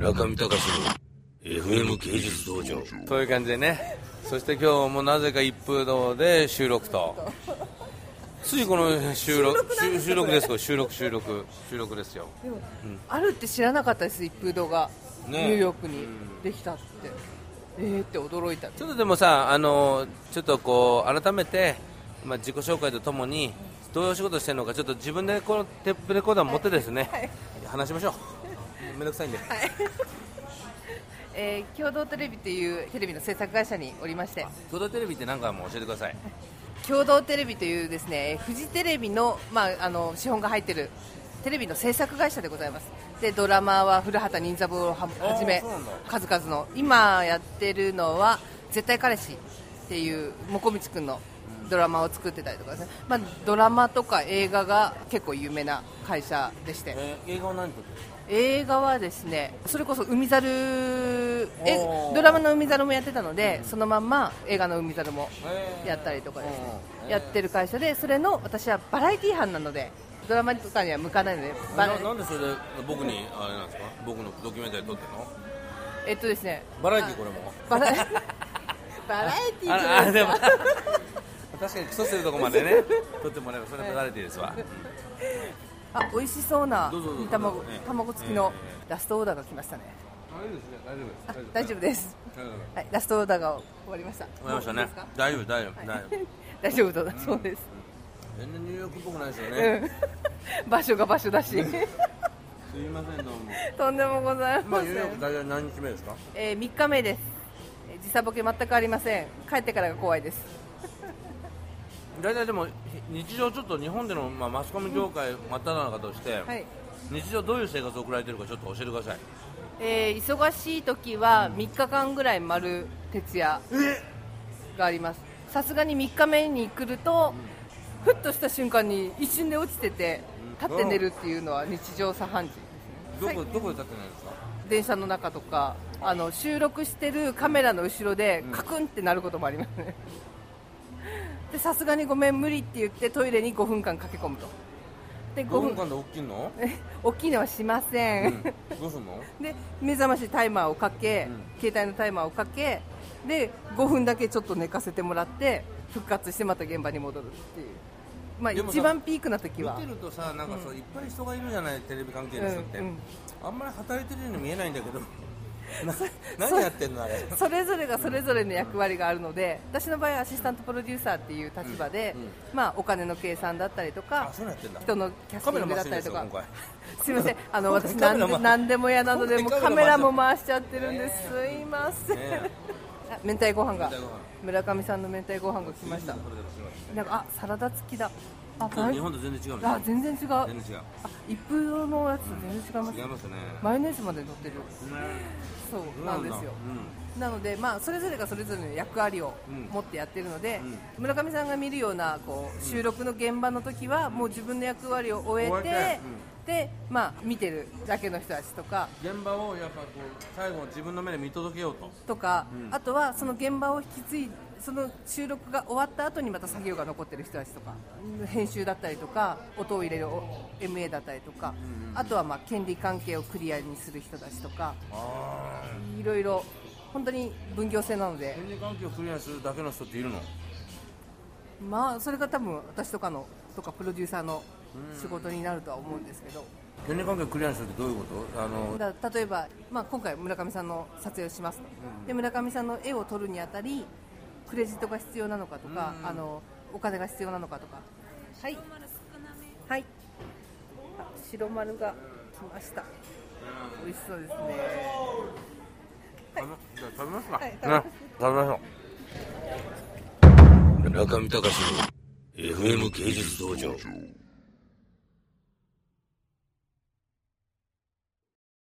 中見隆の FM 芸術道場という感じでねそして今日もなぜか一風堂で収録とついこの収録収収録ですよ収録収録収録ですよでもあるって知らなかったです一風堂が、ねニューヨークにできたって、えーって驚いたちょっとでもさあのちょっとこう改めて、まあ、自己紹介とともにどういうお仕事してるのかちょっと自分でこのテープレコーダー持ってですね、はい話しましょうめんどくさいんで、えー共同テレビっていうテレビの制作会社におりまして共同テレビって何かも教えてください共同テレビというですねえーフジテレビの,、まあ、あの資本が入ってるテレビの制作会社でございますでドラマは古畑任三郎をははじあーめそうなんだ数々の今やってるのは「絶対彼氏」っていうもこみちくんのドラマを作ってたりとかですね、まあ、ドラマとか映画が結構有名な会社でしてえー、映画は何撮ってる映画はですねそれこそ海猿おえードラマの海猿もやってたのでそのまんま映画の海猿もへーやったりとかですねうんやってる会社でそれの私はバラエティ班なのでドラマとかには向かないのでバラななんでそれで僕にあれなんですか僕のドキュメンタリー撮ってるのえっとですねバラエティーこれも バラバラエティあーじらゃあないででも すか確かにクソしてるとこま でね撮ってもらえばそれはバラエティーですわ、あ美味しそうなどうぞどうぞ煮卵ええ卵付きのえラストオーダーが来ましたね大丈夫ですね大丈あ大丈夫です大丈夫はいラストオーダーが終わりましたわかりましたねもういいですか大丈夫大丈夫、はい大丈夫 大丈夫だそうです全然ニューヨークっぽくないですようね、ん 場所が場所だしすいませんどうもとんでもござい今ませニューヨークん、大体何日目ですかえー、3日目ですえー時差ボケ全くありません帰ってからが怖いです大体でも日常ちょっと日本での、まあ、マスコミ業界真っ只中として、はい日常どういう生活を送られてるかちょっと教えてくださいえー忙しい時は3日間ぐらい丸徹夜がありますさすがに3日目に来ると、ふっとした瞬間に一瞬で落ちてて立って寝るっていうのは日常茶飯事どこどこで立ってないですか電車の中とかあの収録してるカメラの後ろでカクンってなることもありますねでさすがにごめん無理って言ってトイレに5分間駆け込むとで5 5分分間で起きんの、 大きいのはしませ、うんん、どうすんの で目覚ましタイマーをかけ、うん携帯のタイマーをかけで5分だけちょっと寝かせてもらって復活してまた現場に戻るっていう、まあ、でもさ一番ピークな時見はてるとさなんかそういっぱい人がいるじゃないテレビ関係の人って、うんうんあんまり働いてるように見えないんだけどな何やってんのあれそれぞれがそれぞれの役割があるので私の場合はアシスタントプロデューサーっていう立場で、うんうんまあ、お金の計算だったりとあかそうなってんだ人のキャステカメィラング回だっしんたでりすとよか今回すいませんあの今回私何カでメラ回何でも嫌なのでも今う回カカメメララ回しも回しちゃってるんです、すいません、ねあ明太ご飯が明太ご飯村上さんの明太ご飯が来ましたなんかあサラダ付きだあ今バ日イ日本と全然違うんですよあ全然違うあ全然違う一風堂のやつ全然違います違いますねマヨネーズまで乗ってるそうなんですようなので、まあ、それぞれがそれぞれの役割をうん持ってやってるので、村上さんが見るようなこう収録の現場の時は、もう自分の役割を終えて終えてでまあ、見てるだけの人たちとか現場をやっぱこう最後自分の目で見届けようととか、うんあとはその現場を引き継いその収録が終わった後にまた作業が残ってる人たちとか編集だったりとか音を入れるお MA だったりとか、あとはまあ権利関係をクリアにする人たちとかああいろいろ本当に分業制なので、権利関係をクリアするだけの人っているのまあそれが多分私とかのとかプロデューサーの仕事になるとは思うんですけど、権利関係をクリアするってどういうことあのだから例えば、まあ、今回村上さんの撮影をしますと、で村上さんの絵を撮るにあたりクレジットが必要なのかとか、あのお金が必要なのかとかはいはいあ白丸が来ました美味しそうですね食べじゃあ食べますか、はいね食べます食べましょう中見隆の FM 芸術道場